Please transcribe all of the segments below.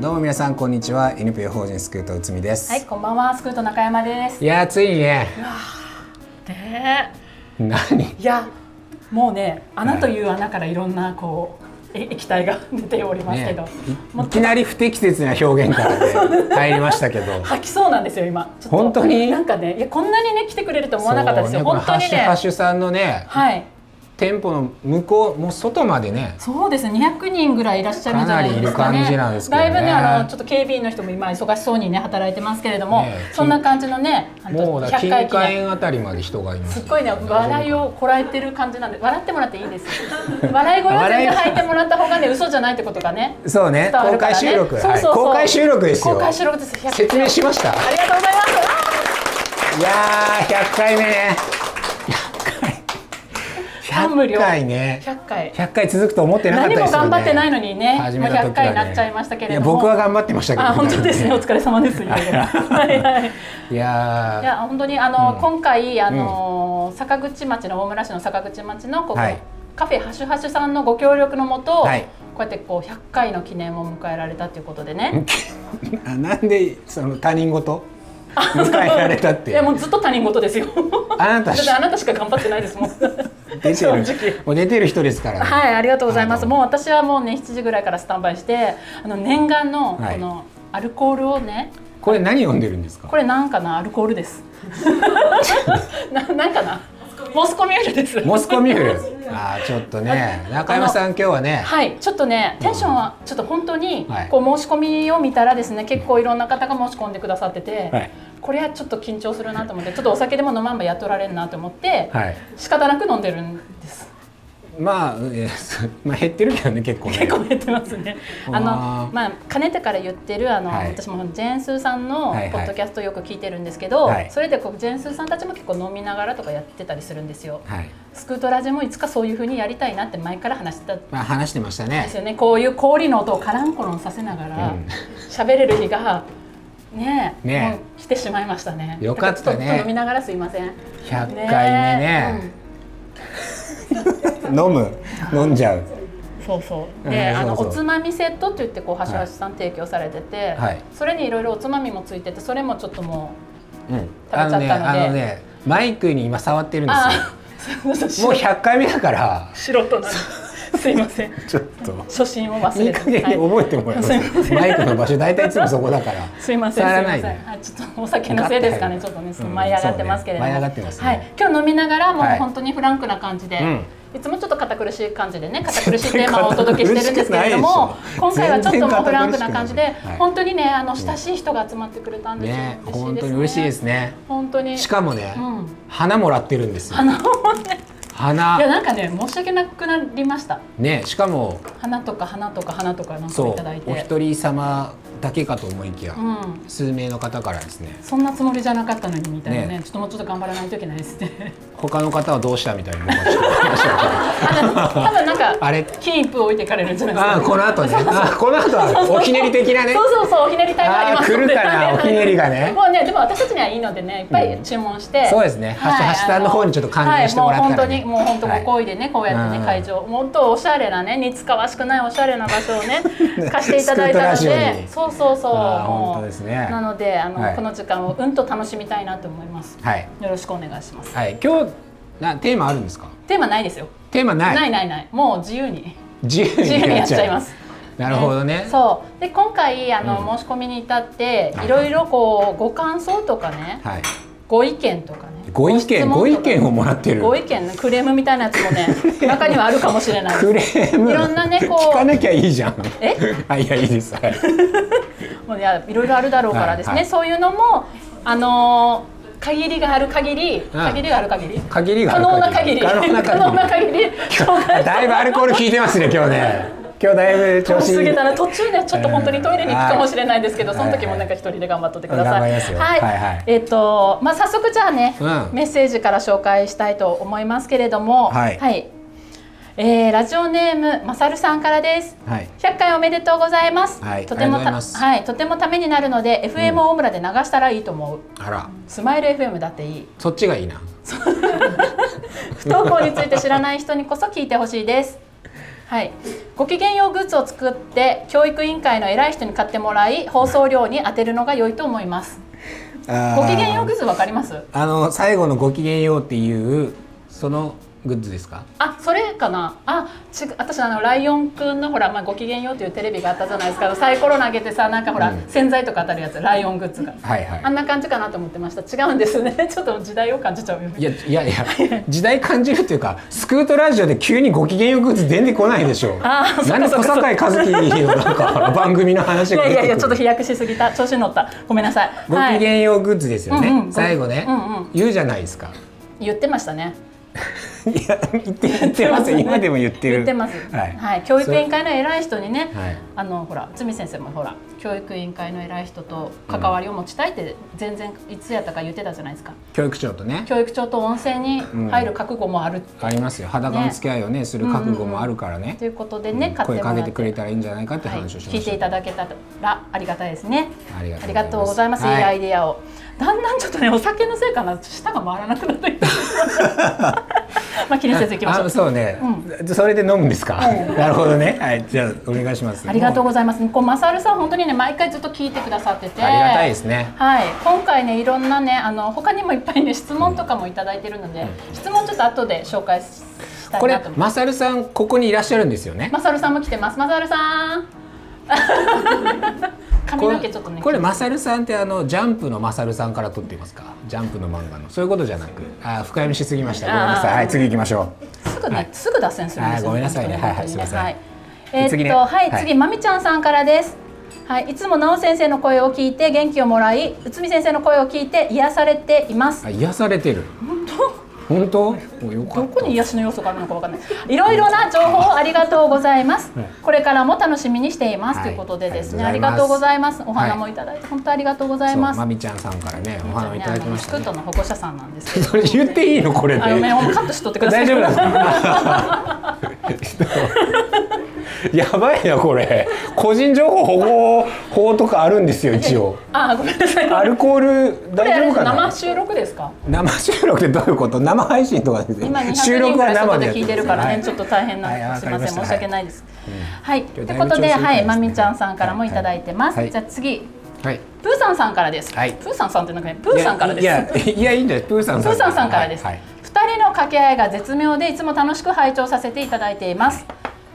どうも皆さんこんにちは NPO 法人スクート内海です、はい、こんばんは、スクート中山です。いやーつい ねね何いや、もうね、穴という穴からいろんなこう、え液体が 出ておりますけど、ねもいっいときなり不適切な表現からね入りましたけど吐きそうなんですよ今。ちょっと本当になんかね、いやこんなにね来てくれると思わなかったですよ。そうねこの本ハ当にッシュハッね。シュさんのねはい、店舗の向こうもう外までねそうですね、200人ぐらいいらっしゃるんじゃないですかね。かなりいる感じなんですけどねだいぶね、あのちょっと警備員の人も今忙しそうにね働いてますけれども、ねえそんな感じのね、あのもうだ100近回記海念。園あたりまで人がいますすっごいね笑いをこらえてる感じなんで笑ってもらっていいです 笑い声を全然吐いてもらった方がね嘘じゃないってことがねそうね伝わ公るか開らね収録、そうそうそうはい公開収録ですよ公開収録です100説明しましたありがとうございますいやー100回目ね100感無回量100回ね100回100回続くと思ってなかった何ですよもね頑張ってないのにね始もめうた時はね100回になっちゃいましたけれどもいや僕は頑張ってましたけどあ本当ですねお疲れ様ですいろいろはいはいいやーいや本当にあの、うん今回あの、坂口町の大村市の坂口町のここ、はいカフェハシュハシュさんのご協力のもと、はいこうやってこう100回の記念を迎えられたということでね。あなんでその他人事迎えられたっ いてやもうずっと他人事ですよ。あなただってあなたしか頑張ってないですもん。は 出て正る直もう出てる人ですから、ねい、ありがとうございまあす。のもう私はもうね7時ぐらいからスタンバイして、あの念願のはいこのアルコールをね、これ何読んでるんですかこれなんかなアルコール です。ななんかなモスコミュールです。モスコミュールあーちょっとね中山さん今日はねはい、ちょっとね、テンションはちょっと本当に、はいこう申し込みを見たらですね、結構いろんな方が申し込んでくださってて、はいこれはちょっと緊張するなと思って、ちょっとお酒でも飲まんばやっとられんなと思って、はい仕方なく飲んでるんです。まあ、えー そうまあ減ってるけどね結構ね結構減ってますね。うわーあのまあかねてから言ってるあの、はい私もジェーンスーさんのはいはいポッドキャストをよく聞いてるんですけど、はいそれでこうジェーンスーさんたちも結構飲みながらとかやってたりするんですよ。はい、スクートラジもいつかそういう風にやりたいなって前から話してたんでまあ、話してましたねすよね。こういう氷の音をカランコロンさせながらうん喋、れる日が。ねえねえもう来てしまいましたね。よかったねだらちょっと飲みながらすいません。 100回目ね飲む飲んじゃううんそうそう。うで、んあのそうおそうつまみセットって言ってこうはしはしさん提供されてて、はいそれにいろいろおつまみもついてて、それもちょっともうんちゃったのであのねマイクに今触ってるう。んでああ、そうすよそうもう100回目だから素人なの。すい ません。ちょっと初心を忘いれいて。加減にはい覚えてもらえます、すいませんマイクの場所大体いつもそこだからすいません、す触いらまなせいん。ではい、ちょっとお酒のせいですかね、ちょっとね、うん舞い上がってますけれどそうね舞も。い上がってますねはい、今日飲みながら、もうはい本当にフランクな感じで。うんいつもちょっと堅苦しい感じでね、堅苦しいテーマをお届けしてるんですけれど 絶対堅苦しくなもいでし、ょ今回はちょっともうフランクな感じで全然堅苦しくないはい、本当にね、あの親しい人が集まってくれたんですよね本当に嬉しいで。すね本当に。しかもね、うん花もらってるんですよ花をね、いや花なんかね、申し訳なくなりました。ねしかも花とか花とか花とかなんかそいうただいて。お一人様だけかと思いきや、うん。数名の方からですねそんなつもりじゃなかったのにみたいなねねちょっともうちょっと頑張らないといけないですね他の方はどうしたみたいな話をしてま したけどあでも多分なんかあれ金一封置いていかれるんじゃないですかあーこの後ねあーこの後はおひねり的なねそうそうそうおひねりタイムありますのであー来るか なおひねりがねもうねでも私たちにはいいのでねいっぱい注文して、そうですね橋橋さんの方にちょっと還元してもらったらねはい、もう本当にもう本当ご好意でね、こうやってうんね会場もう本当おしゃれなね似つかわしくないおしゃれな場所 をね貸していただいたのスクートラジオでにそうそうそうあーもう本当ですねなのであの、はいこの時間をうんと楽しみたいなと思いますはい、よろしくお願いしますはい、今日なテーマあるんですかテーマないですよテーマないないないないもう自由に自由自由ににややっっちちゃゃいいまますす。なるほどね。そうで今回あの、うん申し込みに至ってはいいろいろこうご感想とかねはい。ご意見とかねご意見ご意見をもらってる。ご意見ねクレームみたいなやつ もね中にはあるかもしれないクレーム。いろんなねこう聞かなきゃいいじゃん。えあいやいいです。はい。もういやいろいろあるだろうからですね、はいはいそういうのもあのー限りがある限り限りがある限り限りがあ可る能な限り可能な限り。 可能な限 り紹 介だいぶアルコール効いてますね今日ね。今日だいぶ調子。すげたな途中ねちょっと本当にトイレに行くかもしれないんですけど、うんその時もなんか一人で頑張っとってください。頑張りますよはい、はいはいえっ、とまあ早速じゃあね、うんメッセージから紹介したいと思いますけれども、はいえーラジオネームまさるさんからです。はい。 100回おめでとうございます。はいとてもありがとうございたますはいとてもためになるので、FM 大村で流したらいいと思う。あらスマイル FM だっていい。そっちがいいな。不登校について知らない人にこそ聞いてほしいです。はい、ごきげんようグッズを作って教育委員会の偉い人に買ってもらい放送料に当てるのが良いと思いますあーごきげんようグッズわかりますあの最後のごきげんようっていうそのグッズですかあそれかなあちぐ私あのライオンくんのほら、まあ、ごきげんようというテレビがあったじゃないですかサイコロ投げてさなんかほら、うん洗剤とか当たるやつライオングッズが、はいはいあんな感じかなと思ってました違うんですね ちょっと時代を感じちゃうよねいやいやいや時代感じるっていうかスクートラジオで急にご機嫌ようグッズ出てこないでしょあーそっかなんでそ小っか堺一機のなんか番組の話いがや出 いてくやいるやちょっと飛躍しすぎた調子に乗ったごめんなさいご機はい、嫌ようグッズですよね、うんうん最後ね、うんうん言うじゃないですか言ってましたねいや言って言ってますね今でも言ってる言ってます、ははいい、教育委員会の偉い人にね、はいあのほら堤先生もほら教育委員会の偉い人と関わりを持ちたいって全然いつやったか言ってたじゃないですか、教育長とね教育長と温泉に入る覚悟もある、ありますよ裸の付き合いをねする覚悟もあるからねということでね、買って声もらかってけてくれたらいいんじゃないかってはい、話をしま聞いしていた、ただけたらありがたいですねありがとうございますとうごはいざいます、い、いアイデアをだんだんちょっとねお酒のせいかな舌が回らなくなってき てまあ気にせず行きましょうあそうね、それで飲むんですか、 なるほどねはいじゃあお願いしますありがとうございます。こうマサルさん本当にね毎回ずっと聞いてくださってて、ありがたいですねはい、今回ねいろんなねあの他にもいっぱいね質問とかもいただいてるので、質問ちょっと後で紹介したいこなれと思います。マサルさんここにいらっしゃるんですよね。マサルさんも来てます。マサルさ ん。髪このれ毛ちょっとね。これマサルさんってあのジャンプのマサルさんから撮っていますか。ジャンプの漫画のそういうことじゃなく、あー深読みしすぎました。ごめんなさい。あーはい次行きましょすぐね、はいすぐ脱線するんですあーよ。ごめんなさいね本当にはいはいすいませんはえーっと次ねはい、はい次まみちゃんさんからです。はい、いつもなお先生の声を聞いて元気をもらい、内海先生の声を聞いて癒されていますう。あ。癒されてる。本当。本当？およかどっこた。に癒しの要素があるのかわかんない。いろいろな情報をありがとうございます。これからも楽しみにしています、はいということでですね。あありりががととううごござざいいまますす。お花もいただいて、本当ありがとうございそうます。まみちゃんさんからねお花をいただきました、ねあのスクートね。の保護者さんなんです けど。それ言っていいのこれで？あごめんもうカットしとってくださ大い丈夫なんですか やばいなこれ個人情報保護法とかあるんですよ一応あ、ごめんなさい。アルコールこれあ大れ丈で夫すかな生収録ですか。生収録ってどういうこと生配信とかですね今200収人録ぐはらい生で外でやって聞いてるからね、ちょっと大変なんではいすみません、わ申しかり訳まないです。はい、と今日いだういぶことで、調子いいはい、感まじですねみちゃんさんからもいただいてます。はいじゃあ次、たはいプーさんさんからです。はいプーさんさんってなんかね、プーさんからです。いやいやいやいいんじゃないプーさんプさんーさんさんからです。は二、いはい人の掛け合いが絶妙でいつも楽しく拝聴させていただいています。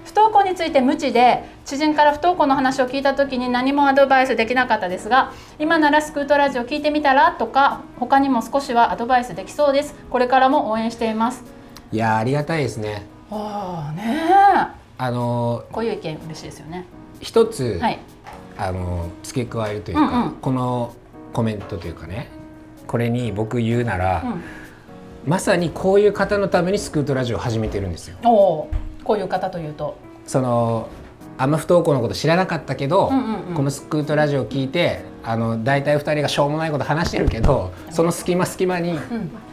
不登校について無知で知人から不登校の話を聞いた時に何もアドバイスできなかったですが今ならスクートラジオ聞いてみたらとか他にも少しはアドバイスできそうですこれからも応援していますいやありがたいですねああねあのこういう意見嬉しいですよね一つ、はいあの付け加えるというか、うんうんこのコメントというかねこれに僕言うなら、うんまさにこういう方のためにスクートラジオを始めてるんですよおおこういう方というとそのあんま不登校のこと知らなかったけど、うんうんうんこのスクートラジオを聞いてあの大体2人がしょうもないこと話してるけどその隙間隙間に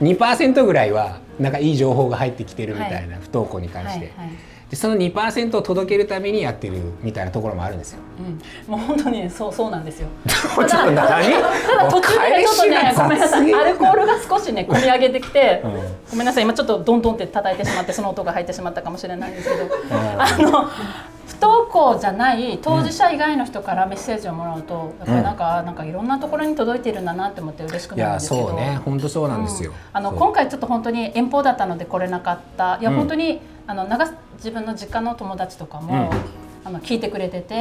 2%ぐらいはなんかいい情報が入ってきてるみたいな、不登校に関して、はいはいでその2%を届けるためにやってるみたいなところもあるんです よ。うん、もう本当にそうそうなんですよちょっと何ただ途中でねちょっとねごめんなさいアルコールルが少しね込み上げてきて、うんごめんなさい今ちょっとドンドンって叩いてしまってその音が入ってしまったかもしれないんですけど、あの不登校じゃない当事者以外の人からメッセージをもらうと、やっぱりなんか、なんかいろんなところに届いてるんだなって思って嬉しくいなるんやですけど。そうね本当そうなんですよ。あのそう今回ちょっと本当に遠方だったので来れなかったいや、うん本当にあの長自分の実家の友達とかも、あの聞いてくれてて、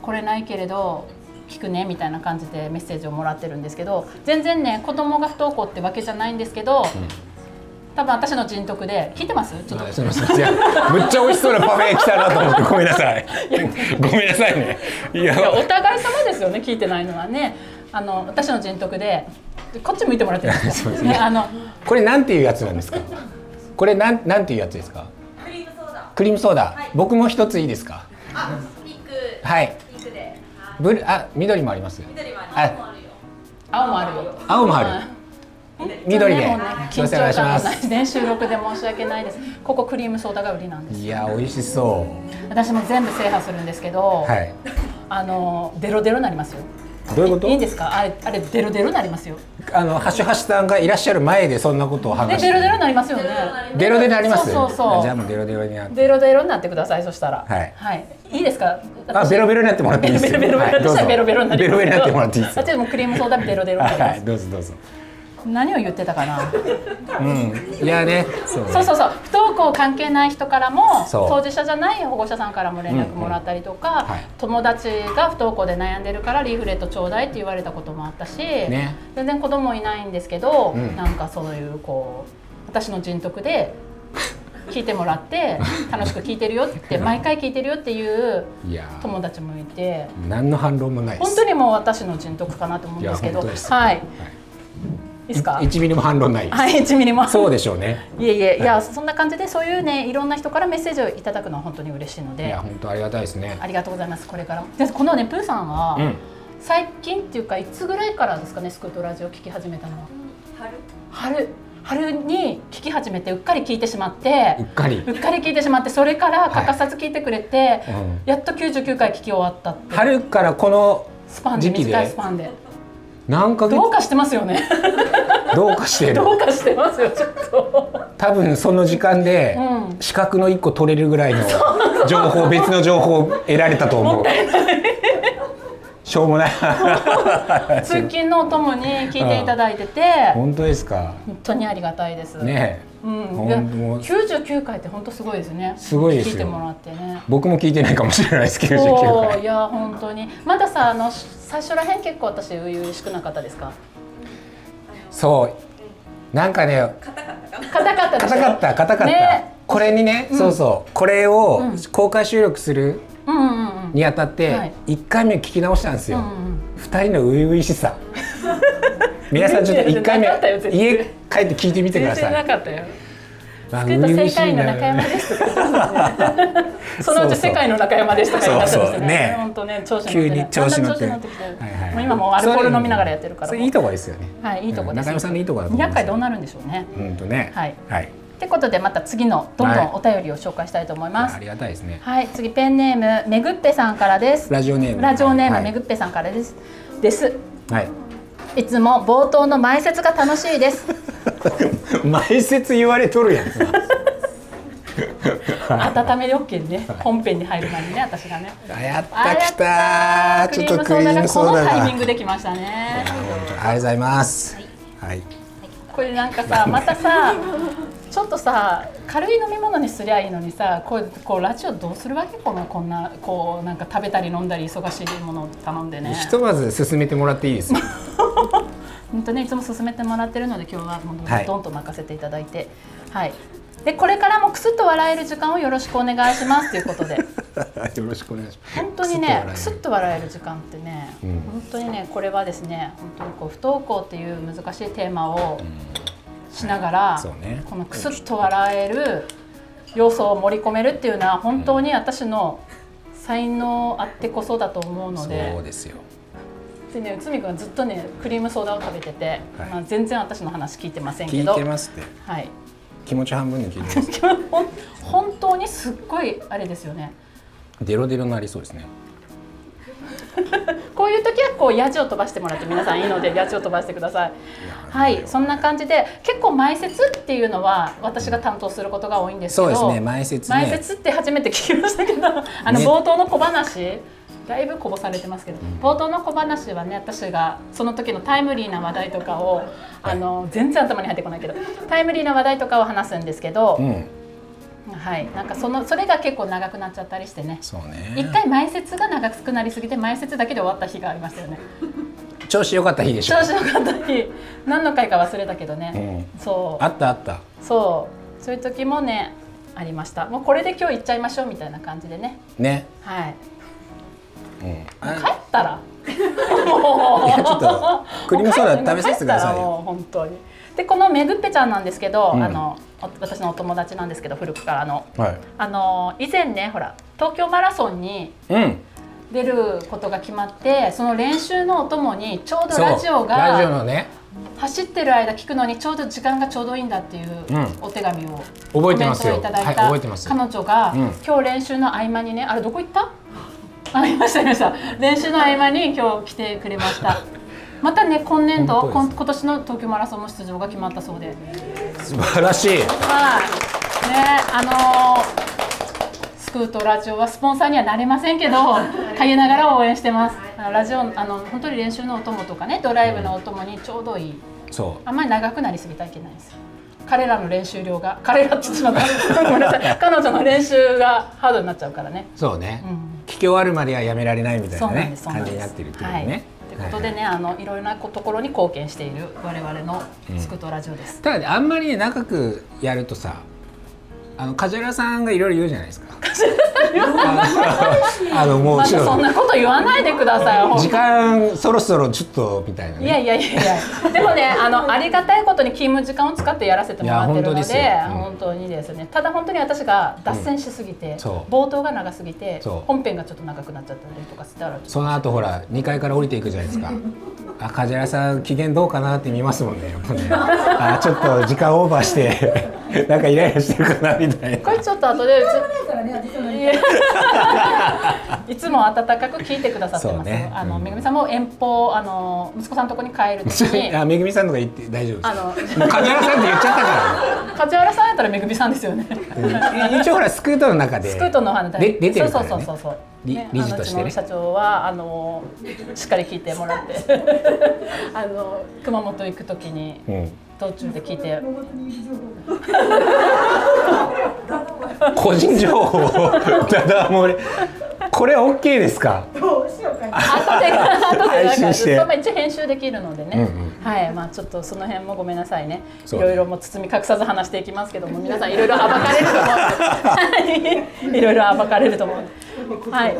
来れないけれど聞くねみたいな感じでメッセージをもらってるんですけど全然ね子供が不登校ってわけじゃないんですけど、多分私の人徳で聞いてますちょっとあすみません。じゃあむっちゃ美味しそうなパフェ来たなと思ってごめんなさい。 ごめんなさいね。いやいやお互い様ですよね聞いてないのはねあの私の人徳でこっち向いてもらっていいです そかうですねねあのこれなんていうやつなんですか。これなんなんていうやつですか。クリームソーダ。クリームソーダ。はい僕も一ついいですか。あ、ピンク。はい。ピンクで。はいブルあ緑もあります。緑もある。はい青もあるよ。青もあるよ青もある。緑でもうね。すい緊ませんお願張いしま感すもな。いね収録で申し訳ないですここクリームソーダが売りなんですいや美味しそう。私も全部制覇するんですけど、はい。あのデロデロになりますよどういうこといいんですかあれあれデロデロなりますよあのハシュハシさんがいらっしゃる前でそんなことをで話してデロデロなりますよねデロデロありますそうそうそうじゃあもうデロデロになってデロデロになってくださいそしたらはいはい、いいですかあベロベロになってもらっていいですよベロベロベロベロどう私ぞはベロベロになりベますロベけどロになってもらっていいですあっよちでもクリームソーダデロデロになりまはすいどうぞどうぞ何を言ってたかなうんいやねそうねそうそうそう不登校関係ない人からもそう当事者じゃない保護者さんからも連絡もらったりとか、うんはい友達が不登校で悩んでるからリーフレットちょうだいって言われたこともあったし、ね全然子供いないんですけど、うんなんかそういうこう私の人徳で聞いても らって楽しく聞いてるよって毎回聞いてるよっていういやー友達もいて。何の反論もないです本当にもう私の人徳かなと思うんですけいやど、本当ですはい、いいですか？一ミリも反論ないですはい、1ミリも。そうでしょうねいえいえ、いや、そんな感じで、そういうね、いろんな人からメッセージをいただくのは本当に嬉しいのいでや。本当ありがたいですねありがとうございます。これからも。で、このね、プーさんは、うん最近っていうか、いつぐらいからですかね、スクートラジオ聞き始めたのは。春春、春に聞き始めて、うっかり聞いてしまってうっ。かりうっかり聞いてしまって、それから欠かさず聞いてくれて、うんやっと99回聞き終わったって。春からこのスパンで時期短いでスパンで何ヶ月どうかしてますよねどうかしてるどうかしてますよちょっと多分その時間でうん資格の一個取れるぐらいの情報別の情報を得られたと 思うしょうもない 通勤のお供に聞いていただいてて本当ですか本当にありがたいですねえうん、ほんいやもう99回って本当すごいですね。すごいですよ聞いてもらってね。僕も聞いてないかもしれないです99おー回いや本当にまださあの最初らへん結構私初々しくなかったですかそうなんかね硬かったかな硬かったでしょ硬かった硬かった、ねこれにね、そうそうこれをうん公開収録するうんうんうんにあたっはてい1回目聞き直したんですうよ、んうん二人の初々し さ皆さんちょっと一回目なかったよ絶対家帰って聞いてみてくだ全然さ。ないかったよあ作った世界の初々中山しいですとかそのうち世界の中山ですとか言い出してまそすようそうね本当ね調子乗って急に調子乗ってだんだん調子乗ってきてはいはいもう今もうアルコール飲みながらやってるからそれいいとこですよね。はいいいとこうんです中山さんのいいとこだと思い200ます回どうなるんでしょうねうんとね。はいはい。ってことでまた次のどんどはいんお便りを紹介したいと思いますありがたいですね。はい、次ペンネームめぐっぺさんからです。ラジオネームラジオネーム、はいめぐっぺさんからです。です。はい。いつも冒頭の前説が楽しい です。前説言われとるやん。温めで OK ね。本編に入る前にね、私がね。あやったきたー。クちリょーっとムクソリーダーがムこソーのダタイが。ミングできましたね。本当ありがとうございます。はい。これなんかさ、またさ、ちょっとさ、軽い飲み物にすりゃいいのにさ、こうこうラジオどうするわけこのこんなこうなんか食べたり飲んだり忙しいものを頼んでね。ひとまず進めてもらっていいですか。本当ねいつも勧めてもらってるので今日はもうはいどんと任せていただいてはい、でこれからもクスッと笑える時間をよろしくお願いしますということで よろしくお願いします。本当にねクくスすっッとと笑える時間ってね、うん本当にねこれはですね本当にこう不登校っていう難しいテーマをしながら、いそうねこのクスッと笑える要素を盛り込めるっていうのは本当に私の才能あってこそだと思うの笑えるでそうですよ。でね、内海君はずっとねクリームソーダを食べてて、はいまあ、全然私の話聞いてませんけ聞どいてますって。はい、気持ち半分に聞いて ます。ほん本当にすっごいあれですよねデロデロになりそうですね。こういう時はこうヤジを飛ばしてもらって皆さんいいの でヤジを飛ばしてくださいはいそんな感じで結構前説っていうのは私が担当することが多いんですけそうどですね。前説ね。前説って初めて聞きましたけ どあのね冒頭の小話、だいぶこぼされてますけど冒頭の小話はね私がその時のタイムリーな話題とかをあの全然頭に入ってこないけどタイムリーな話題とかを話すんですけど、うん。はいなんかそのそれが結構長くなっちゃったりしてねそうね。一回前説が長くなりすぎて前説だけで終わった日がありましたよね調子良かった日でしょ調。子よかった日何の回か忘れたけどね、そあったあった。うそうそういう時もねありましたもうこれで今日行っちゃいましょうみたいな感じでねね。はいうん。あ帰ったらいやちょっとクリームソーダ試させてください もう帰ったらよ。もう本当にでこのめぐっぺちゃんなんですけど、うんあのお私のお友達なんですけど古くからのはい。あの以前ねほら東京マラソンにうん。出ることが決まってその練習のお供にちょうどラジオラジオがのね。走ってる間聞くのにちょうど時間がちょうどいいんだっていううんお手紙を、覚えてますよコメントをいただいはたい覚えてます彼女が、うん今日練習の合間にねあれどこ行ったありましたありました練習の合間に今日来てくれましたまたね今年度、こ本当ですん今年の東京マラソンも出場が決まったそうで素晴らしいはいねあのースクートラジオはスポンサーにはなれませんけど陰ながら応援してますあのラジオあの本当に練習のお供とかねドライブのお供にちょうどいいそあんまり長くなりすぎたらいけないんですよ彼らの練習量が彼らって言っちまった ごめんなさい彼女の練習がハードになっちゃうからねうそうね、うん聞き終わるまではやめられないみたいそうななんねですそうな感んじにでなっすてるっていうね、はい、ということではね、いあのいろいろなところに貢献している我々のスクートラジオですい、、ただねあんまりね長くやるとさあの梶原さんがいろいろ言うじゃないですかあのもうまたちそろんんなこと言わないでくださいほんと時間そろそろちょっとみたいないやねいやいやいやでもねあのありがたいことに勤務時間を使ってやらせてもらってるいや本当のでですようん本当にですねただ本当に私が脱線しすぎて、そう冒頭が長すぎてそう本編がちょっと長くなっちゃったりとかしたらちょっとその後ほら2階から降りていくじゃないですかあ梶原さん機嫌どうかなって見ますもんねやっぱねあちょっと時間オーバーしてなんかイライラしてるかなみたいなこれちょっと後でうちだからね、実はねいやいつも温かく聞いてくださってそうます。ねあうのんめぐみさんも遠方あの息子さんのとこに帰るとき に。あめぐみさんとか言って大丈あ夫のですもう梶原さんって言っちゃったからね梶原さんやったらめぐみさんですよね。うん一応ほらスクートの中でスクートのお花で出てるからねそうそうそうそうそう。りね理事としてねあのうちの社長はあのしっかり聞いてもらって、 あの熊本行くときにうん道中で聞いて、個人情報を ただもう俺これ OK ですかどうしようかな。後で後でなん配信かしずてっとまあ一応編集できるのでね、うんうんはいまあちょっとその辺もごめんなさいねいそうねろいろもう包み隠さず話していきますけども皆さんいろいろ暴かれると思うはいいろいろ暴かれると思うはい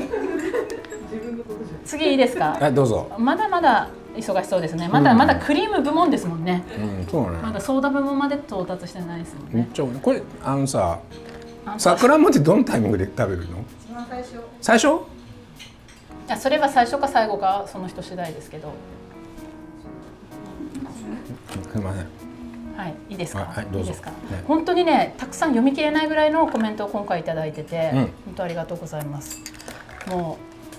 次いいですかあどうぞまだまだ忙しそうですねまだまだクリーム部門ですもんね、うんそうまねだソーダ部門まで到達してないですもんね、ちょこれあのさあ桜餅ってどのタイミングで食べるの一番最初。最初いやそれは最初か最後かその人次第ですけどすいませんはい、いいですか。あはいどうぞいいですか、ね本当にね、たくさん読み切れないぐらいのコメントを今回いただいてて、うん本当ありがとうございます。も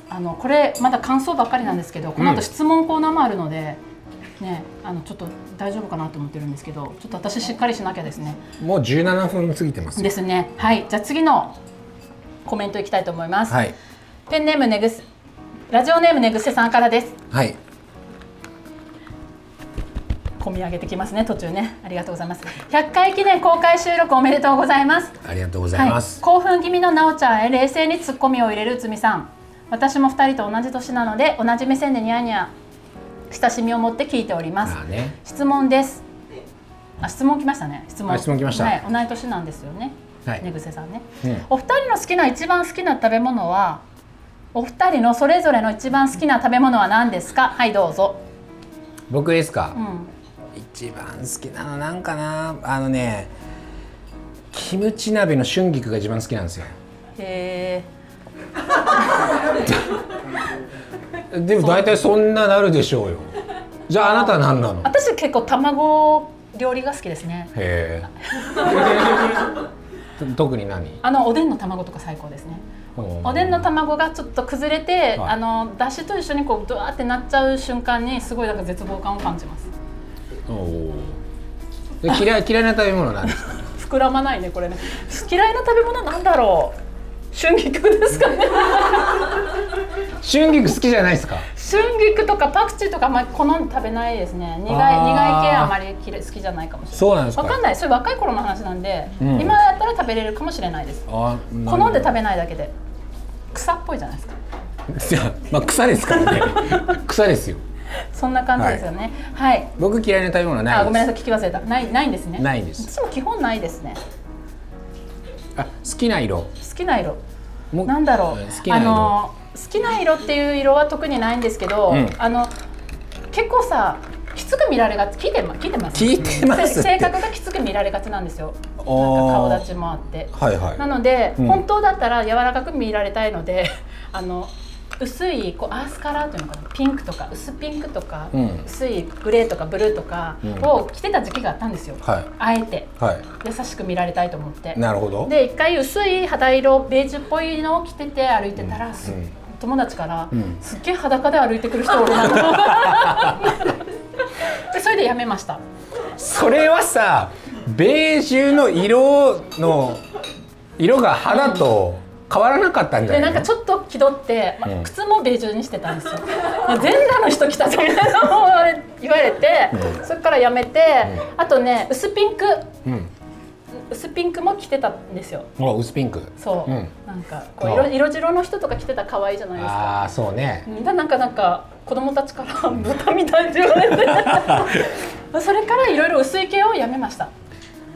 う、あの、これ、まだ感想ばっかりなんですけど、このうん後質問コーナーもあるので。ね、あの、ちょっと大丈夫かなと思ってるんですけど、ちょっと私しっかりしなきゃですね。もう17分過ぎてますよですね。はい、じゃあ、次の。コメントいきたいと思います。はいペンネームねぐす。ラジオネームねぐせさんからです。はい込み上げてきますね、途中ね。ありがとうございます。100回記念公開収録おめでとうございます。ありがとうございます、はい、興奮気味のなおちゃんへ冷静にツッコミを入れる内海さん私も2人と同じ年なので同じ目線でニヤニヤ親しみを持って聞いておりますまあね質問ですあ質問来ましたね質問あ質問来ましたはい、同い年なんですよねはい寝癖さんね、うんお二人の好きな一番好きな食べ物はお二人のそれぞれの一番好きな食べ物は何ですかはいどうぞ、僕ですか、うん、一番好きなのなんかなあのねキムチ鍋の春菊が一番好きなんですよへーでも大体そんななるでしょうよじゃああなたは何なの私結構卵料理が好きですねへえ 特に何あのおでんの卵とか最高ですねおでんの卵がちょっと崩れて、はいあのだしと一緒にこうドワーってなっちゃう瞬間にすごいなんか絶望感を感じます。おーで嫌い嫌いな食べ物なんですか膨らまないねこれね。嫌いな食べ物なんだろう。春菊です かね。春菊好きじゃないですか春菊とかパクチーとかあんまり好んで食べないですね。苦い苦い系あーはあまり嫌い好きじゃないかもしれない。そうなんですかわかんない。それ若い頃の話なんで、うん今だったら食べれるかもしれないです。あ好んで食べべないだけで草っぽいじゃないですか。まあ草ですからね草ですよそんな感じですよね。はい。僕嫌いな食べ物はないですあごめんなさい聞き忘れた。ないないんですね。ないです私も基本ないですね。あ好きな色好きな色もなんだろう、好きな色あの好きな色っていう色は特にないんですけど、うんあの結構さきつく見られがち聞いてま聞いてます聞いてますせって性格がきつく見られがちなんですよなんかー顔立ちもあってはいはいなので、うん本当だったら柔らかく見られたいので あの薄いこうアースカラーというのかなピンクとか薄ピンクとか、うん薄いグレーとかブルーとかうんを着てた時期があったんですよ、はいあえてはい優しく見られたいと思ってなるほどで一回薄い肌色ベージュっぽいのを着てて歩いてたら、すうん友達から、うんすっげえ裸で歩いてくる人おるなと でそれでやめましたそれはさベージュの色の色が肌と変わらなかったんじゃでなないんかちょっと気取って、まあうん靴もベージュにしてたんですよ「全裸の人来たぞ」みたいなのを言われ言われて、うんそっからやめて、あとね薄ピンクうん薄ピンクも着てたんですよあ薄ピンクそう、うんなんかこう色色白の人とか着てたら可愛いじゃないですかああそうねうんだなんかなんか子供た ちから豚みたいって言われて それからいろいろ薄い系をやめました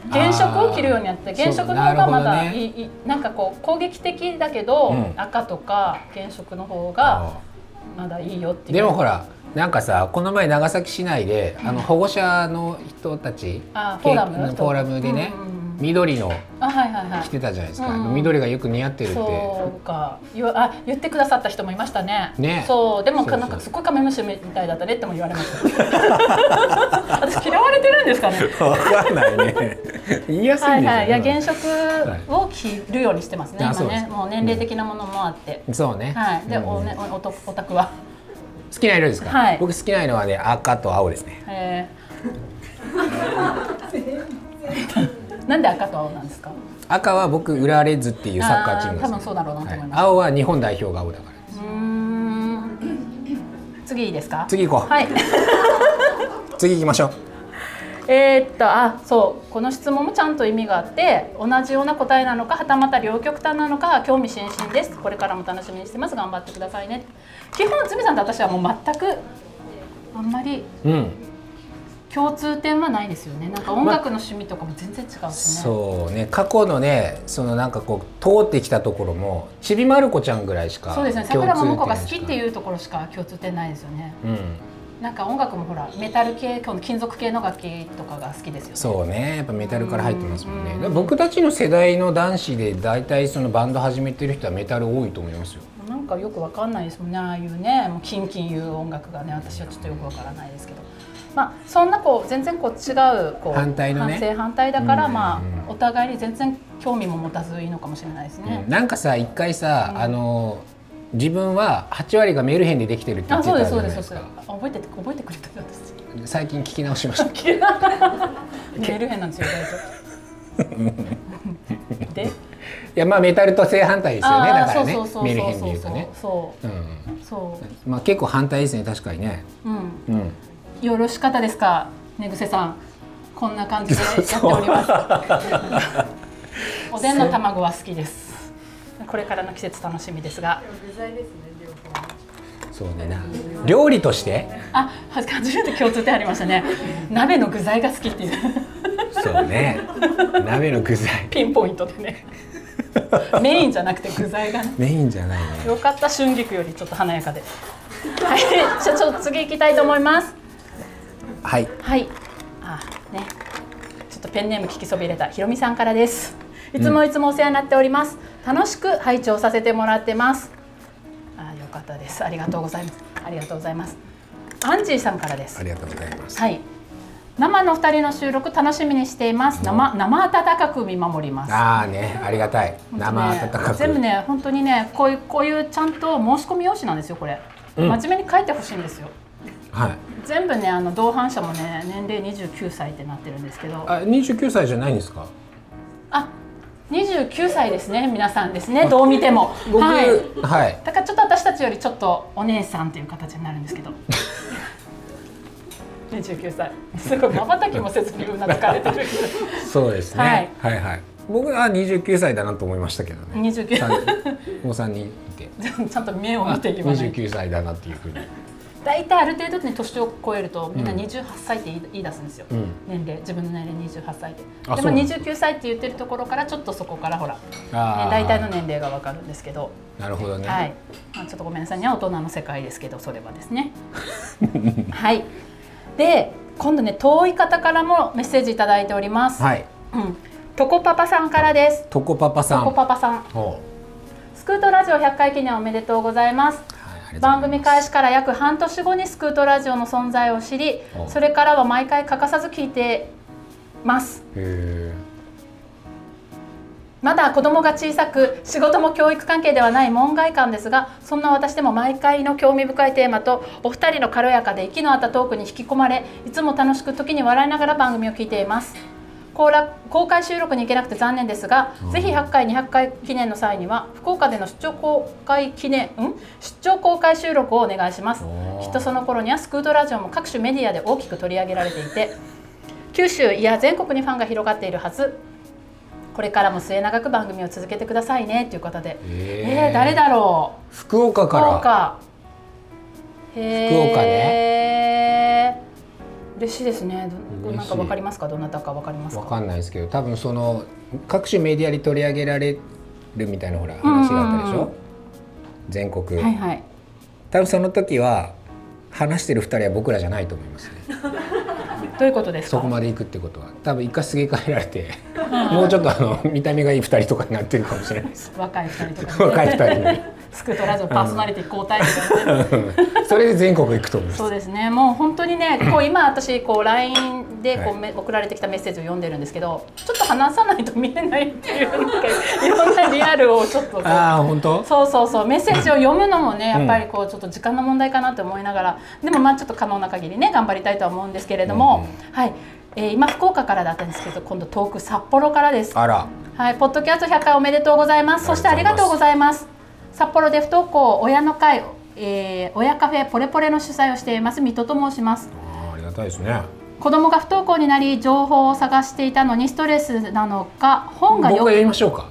原色を着るようになってあー原色の方がまそうなるほどだねいい、いなんかこう攻撃的だけど、うん赤とか原色の方がまだいいよっていうでもほらなんかさこの前長崎市内で、あの保護者の人たちあーフォーラムけフォーラムでね、うんうんうん緑のあはいはいは着てたじゃないですか、うん緑がよく似合っているってそうか言わあ言ってくださった人もいましたねねそうでもそうそうなんかすっごいカメムシみたいだったねっても言われました 私嫌われてるんですかねわかんないね言いやすいはんいですよ、はい、いや原色色を着るようにしてますね。はいあそう今ですね、もう年齢的なものもあって。そうね、はい、で、うんおね、お、おと、オタクは。好きな色ですか、はい僕好きな色はね赤と青ですねえ ーなんで赤と青なんですか。赤は僕浦和レッズっていうサッカーチームです、あー多分そうだろうなと思いますは青は日本代表が青だからうーん。次いいですか。次行こう、はい。 次行きましょうえーっとあそうこの質問もちゃんと意味があって同じような答えなのかはたまた両極端なのか興味津々ですこれからも楽しみにしてます頑張ってくださいね基本つみさんと私はもう全くあんまりうん共通点はないですよねなんか音楽の趣味とかも全然違うしね、そうね過去のねそのなんかこう通ってきたところもちびまる子ちゃんぐらいしかそうですねさくらももこが好きってう、いうところしか共通点ないですよねうん、なんか音楽もほらメタル系この金属系の楽器とかが好きですよねそうねやっぱメタルから入ってますもんねうんで僕たちの世代の男子で大体そのバンド始めてる人はメタル多いと思いますよなんかよくわかんないですもんねああいうねもうキンキンいう音楽がね私はちょっとよくわからないですけど、まあ、そんなこう全然こう違うこう反対のね反省反対だから、うんまうんあ、お互いに全然興味も持たずいいのかもしれないですね。なんかさ一回さ、あの自分は8割がメルヘンでできてるって言あってそうたでじゃすそうないですそでうですすか覚えてて覚えてくれたんです最近聞き直しました メルヘンなんですよ意 外と。でいやまあメタルと正反対ですよねあだーからねそうそうそうそうメルヘンで言うとねそうんうそまあ結構反対ですね確かにねう、うん、うんよろしかったですか寝癖さんこんな感じ でやっておりますおでんの卵は好きですこれからの季節楽しみですが具材ですね、両方。そう ねな料理としてあ初めて共通点ありましたね鍋の具材が好きっていうそうね鍋の具材 ピンポイントでね メインじゃなくて具材がねメインじゃないねよかった春菊よりちょっと華やかではいじゃあちょっと次行きたいと思いますはいはい。あ、ね。ちょっとペンネーム聞きそびれたひろみさんからです。いつもいつもお世話になっております。楽しく拝聴させてもらってます。あ、よかったです。ありがとうございます。ありがとうございます。アンジーさんからですあ。りがとうございますはい。生の二人の収録楽しみにしています。生生温かく見守ります。ああねありがたい生温かく全部ね本当にねこういうこういうちゃんと申し込み用紙なんですよこれ、うん真面目に書いてほしいんですよはい全部ねあの同伴者もね年齢29歳ってなってるんですけどあ二十九歳じゃないんですかあ、二十九歳ですね、皆さんですね、どう見ても。僕は、はいい。だからちょっと私たちよりちょっとお姉さんという形になるんで すけど。二十九歳。すごい瞬きもせずにうなずかれてる。そうですね、はい、はい僕は二十九歳だなと思いましたけどね二十九。三お三人い てちゃんと目を見て言わ二な十い。九歳だなっていうふうに大体ある程度ね年を超えるとみんなうん28歳って言い言い出すんですよ、うん年齢自分の年齢28歳であでそもうなんだ29歳って言ってるところからちょっとそこからほら、ね、あー大体の年齢がわかるんですけどなるほどね、はい、まあ、ちょっとごめんなさいね大人の世界ですけどそれはです ねはいで今度ね遠い方からもメッセージ頂いただいております、はいうん、トコパパさんからですトコパパさトんコパパさんほスクートラジオ100回記念おめでとうございますうはいありがとうございます番組開始から約半年後にスクートラジオの存在を知りおそれからは毎回欠かさず聞いてますへーまだ子供が小さく仕事も教育関係ではない門外漢ですがそんな私でも毎回の興味深いテーマとお二人の軽やかで息の合ったトークに引き込まれいつも楽しく時に笑いながら番組を聞いています公ら公開収録に行けなくて残念ですが、ぜひ100回200回記念の際には福岡での出張公開記念ん出張公開収録をお願いしますおーきっとその頃にはスクートラジオも各種メディアで大きく取り上げられていて九州いや全国にファンが広がっているはずこれからも末永く番組を続けてくださいねということでえー、えー誰だろう福岡福から岡へー福岡嬉しいですねど嬉しいなんかわかりますかどなたかわかりますわかかんないですけど多分その各種メディアに取り上げられるみたいなほら話があったでしょ、うんうんうん全国、はいはい多分その時は話してる二人は僕らじゃないと思います ねどういうことですかそこまで行くってことは多分一回すげ替えられてもうちょっとあの見た目がいい二人とかになってるかもしれないです若い二人 とかね若い二 人にスクートラジオパーソナリティ交代みたいなねうんそれで全国行くと思いますそうですね。もう本当に ね、こう今私こう LINE でこはういめ、送られてきたメッセージを読んでるんですけど、ちょっと話さないと見えないっていうなんか いろんなリアルをちょっとこう。ああ本当そうそうそうメッセージを読むのもねうやんっぱりこうちょっと時間の問題かなって思いながらでもまあちょっと可能な限りね頑張りたいとは思うんですけれども、はい、えー今福岡からだったんですけど今度遠く札幌からですあらはい、ポッドキャスト100回おめでとうございます。そしてあありりががととううごございます。札幌で不登校親の会、えー親カフェポレポレの主催をしています水戸と申します。あーありがたいですね子供が不登校になり情報を探していたのにストレスなのか本が僕がよやりましょうか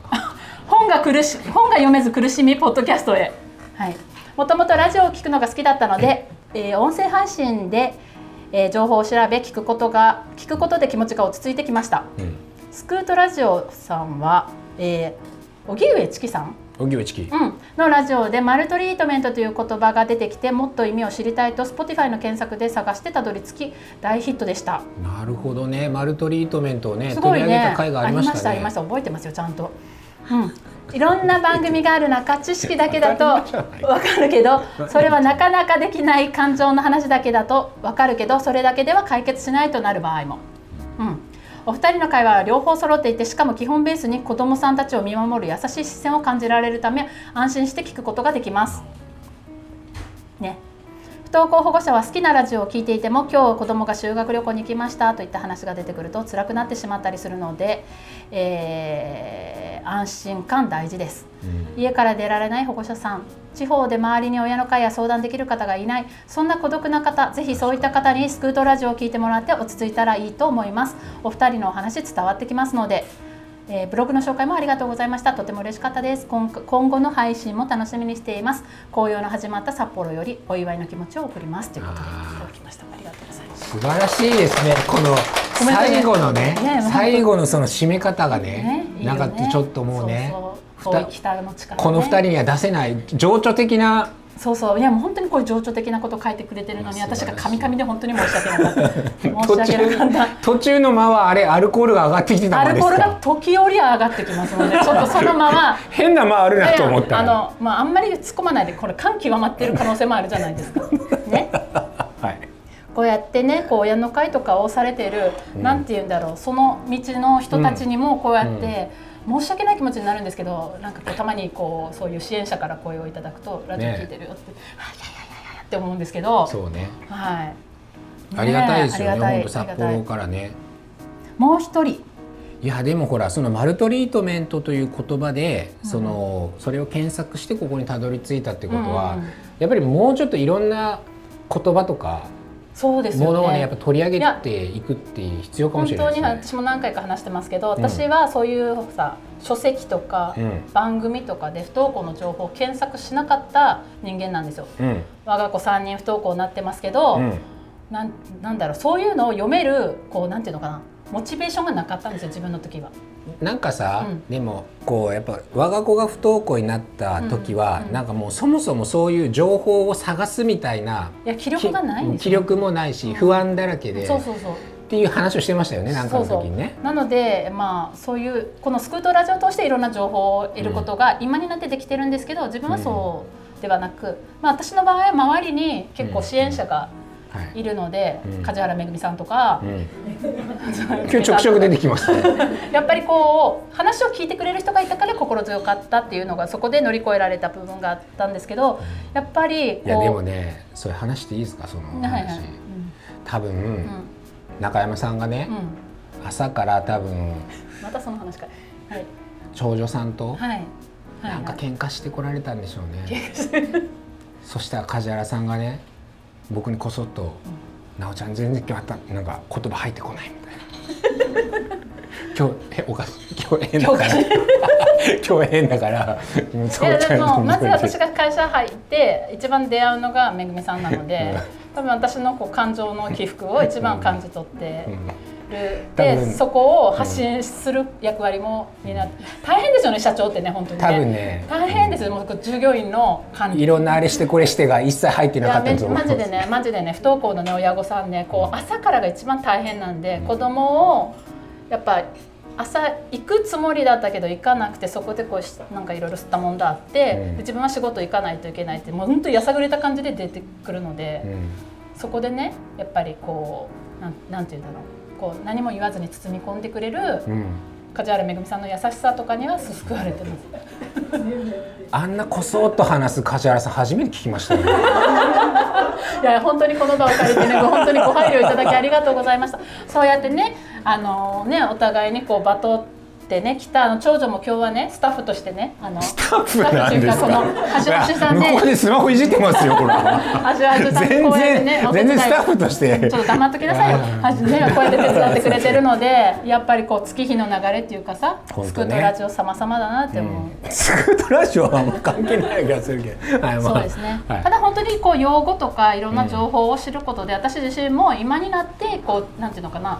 本が苦し本が読めず苦しみポッドキャストへ。はい。もともとラジオを聞くのが好きだったので、えー音声配信で、えー情報を調べ聞くことが聞くことで気持ちが落ち着いてきました。うんスクートラジオさんは、えー、荻上チキさん、荻上チキうん、のラジオで「マルトリートメント」という言葉が出てきてもっと意味を知りたいと Spotify の検索で探してたどり着き大ヒットでした。なるほどねマルトリートメントをねすご取いり上げねた回がありましたねありました覚えてますよちゃんと。うんいろんな番組がある中知識だ けだとわかるけどそれはなかなかできない感情の話だけだとわかるけどそれだけでは解決しないとなる場合も、うん、お二人の会話は両方揃っていてしかも基本ベースに子どもさんたちを見守る優しい視線を感じられるため安心して聞くことができます。ね不登校保護者は好きなラジオを聞いていても今日子供が修学旅行に行きましたといった話が出てくると辛くなってしまったりするので、えー安心感大事ですうん家から出られない保護者さん地方で周りに親の会や相談できる方がいないそんな孤独な方ぜひそういった方にスクートラジオを聞いてもらって落ち着いたらいいと思いますお二人のお話伝わってきますので、えーブログの紹介もありがとうございましたとても嬉しかったです今今後の配信も楽しみにしています紅葉の始まった札幌よりお祝いの気持ちを送りますということでいただきましたありがとうございます素晴らしいですねこのコメントね最後のねね最後のその締め方がねねいいよなねかったちょっともうねそうそう遠い北の力ねこの二人には出せない情緒的なそうそういやもう本当にこういう情緒的なことを書いてくれてるのにいや素晴らし私いがカミカミで本当に申し訳な かった途申し訳なかっ中た。途中の間はあれアルコールが上がってきてたアもんルでコーすルがか時折上がってきま すので、ちょっとそのまま。変な間あるなと思っあたのの、まあ、あんまり突っ込まないで、これ感極まってる可能性もあるじゃないです か。ね。はいこうやってねこう親の会とかをされてる、うんなんて言うんだろうその道の人たちにもこうやって、申し訳ない気持ちになるんですけどなんかこうたまにこうそういう支援者から声をいただくと「ラジオ聞いてるよ」って「あいやいやいやいや」って思うんですけど、そうねはい、ありがたいですよあねりがた本い当札あり幌がたいからねもう一人いやでもほらそのマルトリートメントという言葉でそのそれを検索してここにたどり着いたってことはうんうんやっぱりもうちょっといろんな言葉とかそうですもよねのをねやっぱ取り上げていくって必要かも本しれな当いでにすね。私も何回か話してますけどうん私はそういうさ書籍とかうん番組とかで不登校の情報を検索しなかった人間なんですよ。うん我が子3人不登校になってますけど、うんなんなんだろうそういうのを読めるこうなんていうのかなモチベーションがなかったんですよ自分の時は。なんかさ、うんでもこうやっぱ我が子が不登校になった時は、うんうんなんかもうそもそもそういう情報を探すみたいないや気力がないんです気よ。力もないし、うん不安だらけでそうそうそう。っていう話をしてましたよねなんかの時にね。なのでまあそういうこのスクートラジオを通していろんな情報を得ることが今になってできてるんですけど自分はそうではなく、まあ私の場合は周りに結構支援者がはいいるので、うん梶原めぐみさんとかう、ん、今日直射が出てきま したね。やっぱりこう話を聞いてくれる人がいたから心強かったっていうのがそこで乗り越えられた部分があったんですけどやっぱりこいうやでもね、それ話していいですかその話。はいはい多分、うんうん中山さんがねう、ん朝から多分またその話かはい長女さんとはいはいなんかはい喧嘩してこられたんでしょうね。そしたら梶原さんがね、僕にこそっと、なおちゃん全然またなんか言葉入ってこないみたいな。 今日えおかし今日変だから。 今日変だから。いやでもまず私が。が会社入って一番出会うのがめぐみさんなので多分私のこう感情の起伏を一番感じ取ってうんる多分でそこを発信する役割もになって大変ですよね社長ってね本当に多分ね大変ですよもう従業員の感いじろんなあれしてこれしてが一切入ってなかったんですよいやめマジでねマジでね不登校のね親御さんねこう朝からが一番大変なんで子供をやっぱ朝行くつもりだったけど行かなくてそこでこうしなんかいろいろ吸ったもんだあって、うんで自分は仕事行かないといけないってもう本当やさぐれた感じで出てくるので、うんそこでねやっぱりこうなんなんて言うんだろうこう何も言わずに包み込んでくれるうん梶原めぐみさんの優しさとかには救われてます。あんなこそっと話す梶原さん初めて聞きましたよ、ね、いや本当にこの場を借りてねご本当にご配慮いただきありがとうございましたそうやってねあのねお互いにこう罵倒ってね来たあの長女も今日はねスタッフとしてねあのスタッフなんですタッフというかこの橋本さんいや向こうねでスマホいじってますよこれ 足橋さんに全こうやっ然、てねお手全然伝いスタッフとしてちょっと黙っときなさいよ。はじね、こうやって手伝ってくれてるので、やっぱりこう月日の流れっていうかさ、本スク当ーねトラジオ様々だなって思う。スクートラジオはあんま関係ない気がするけど、はいまあそうですね、はいただ本当にこう用語とかいろんな情報を知ることで、私自身も今になってこうなんていうのかな、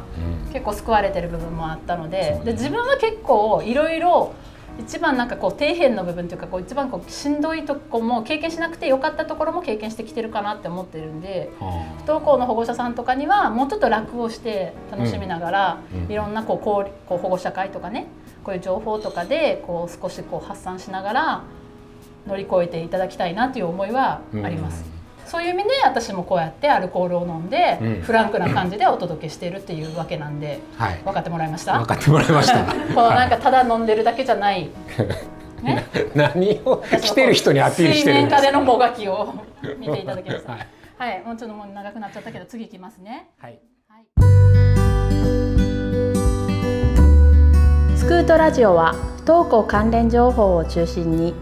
結構救われてる部分もあったので,、で自分は結構いろいろ一番なんかこう底辺の部分というかこう一番こうしんどいとこも経験しなくてよかったところも経験してきてるかなって思ってるんで。は不登校の保護者さんとかにはもうちょっと楽をして楽しみながら、うんうんいろんなこうこうこう保護者会とかねこういう情報とかでこう少しこう発散しながら乗り越えていただきたいなという思いはあります。そういう意味で私もこうやってアルコールを飲んで、うんフランクな感じでお届けしているっていうわけなんではい分かってもらいました分かってもらいました こうなんかただ飲んでるだけじ ゃないね何を来てる人にアピールしてるん水面です下かでのもがきを見ていただきましたはいはい、もうちょっともう長くなっちゃったけど次いきますねはいはいスクートラジオは不登校関連情報を中心に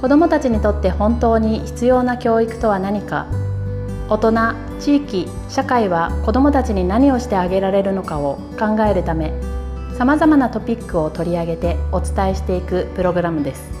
子どもたちにとって本当に必要な教育とは何か大人地域社会は子どもたちに何をしてあげられるのかを考えるためさまざまなトピックを取り上げてお伝えしていくプログラムです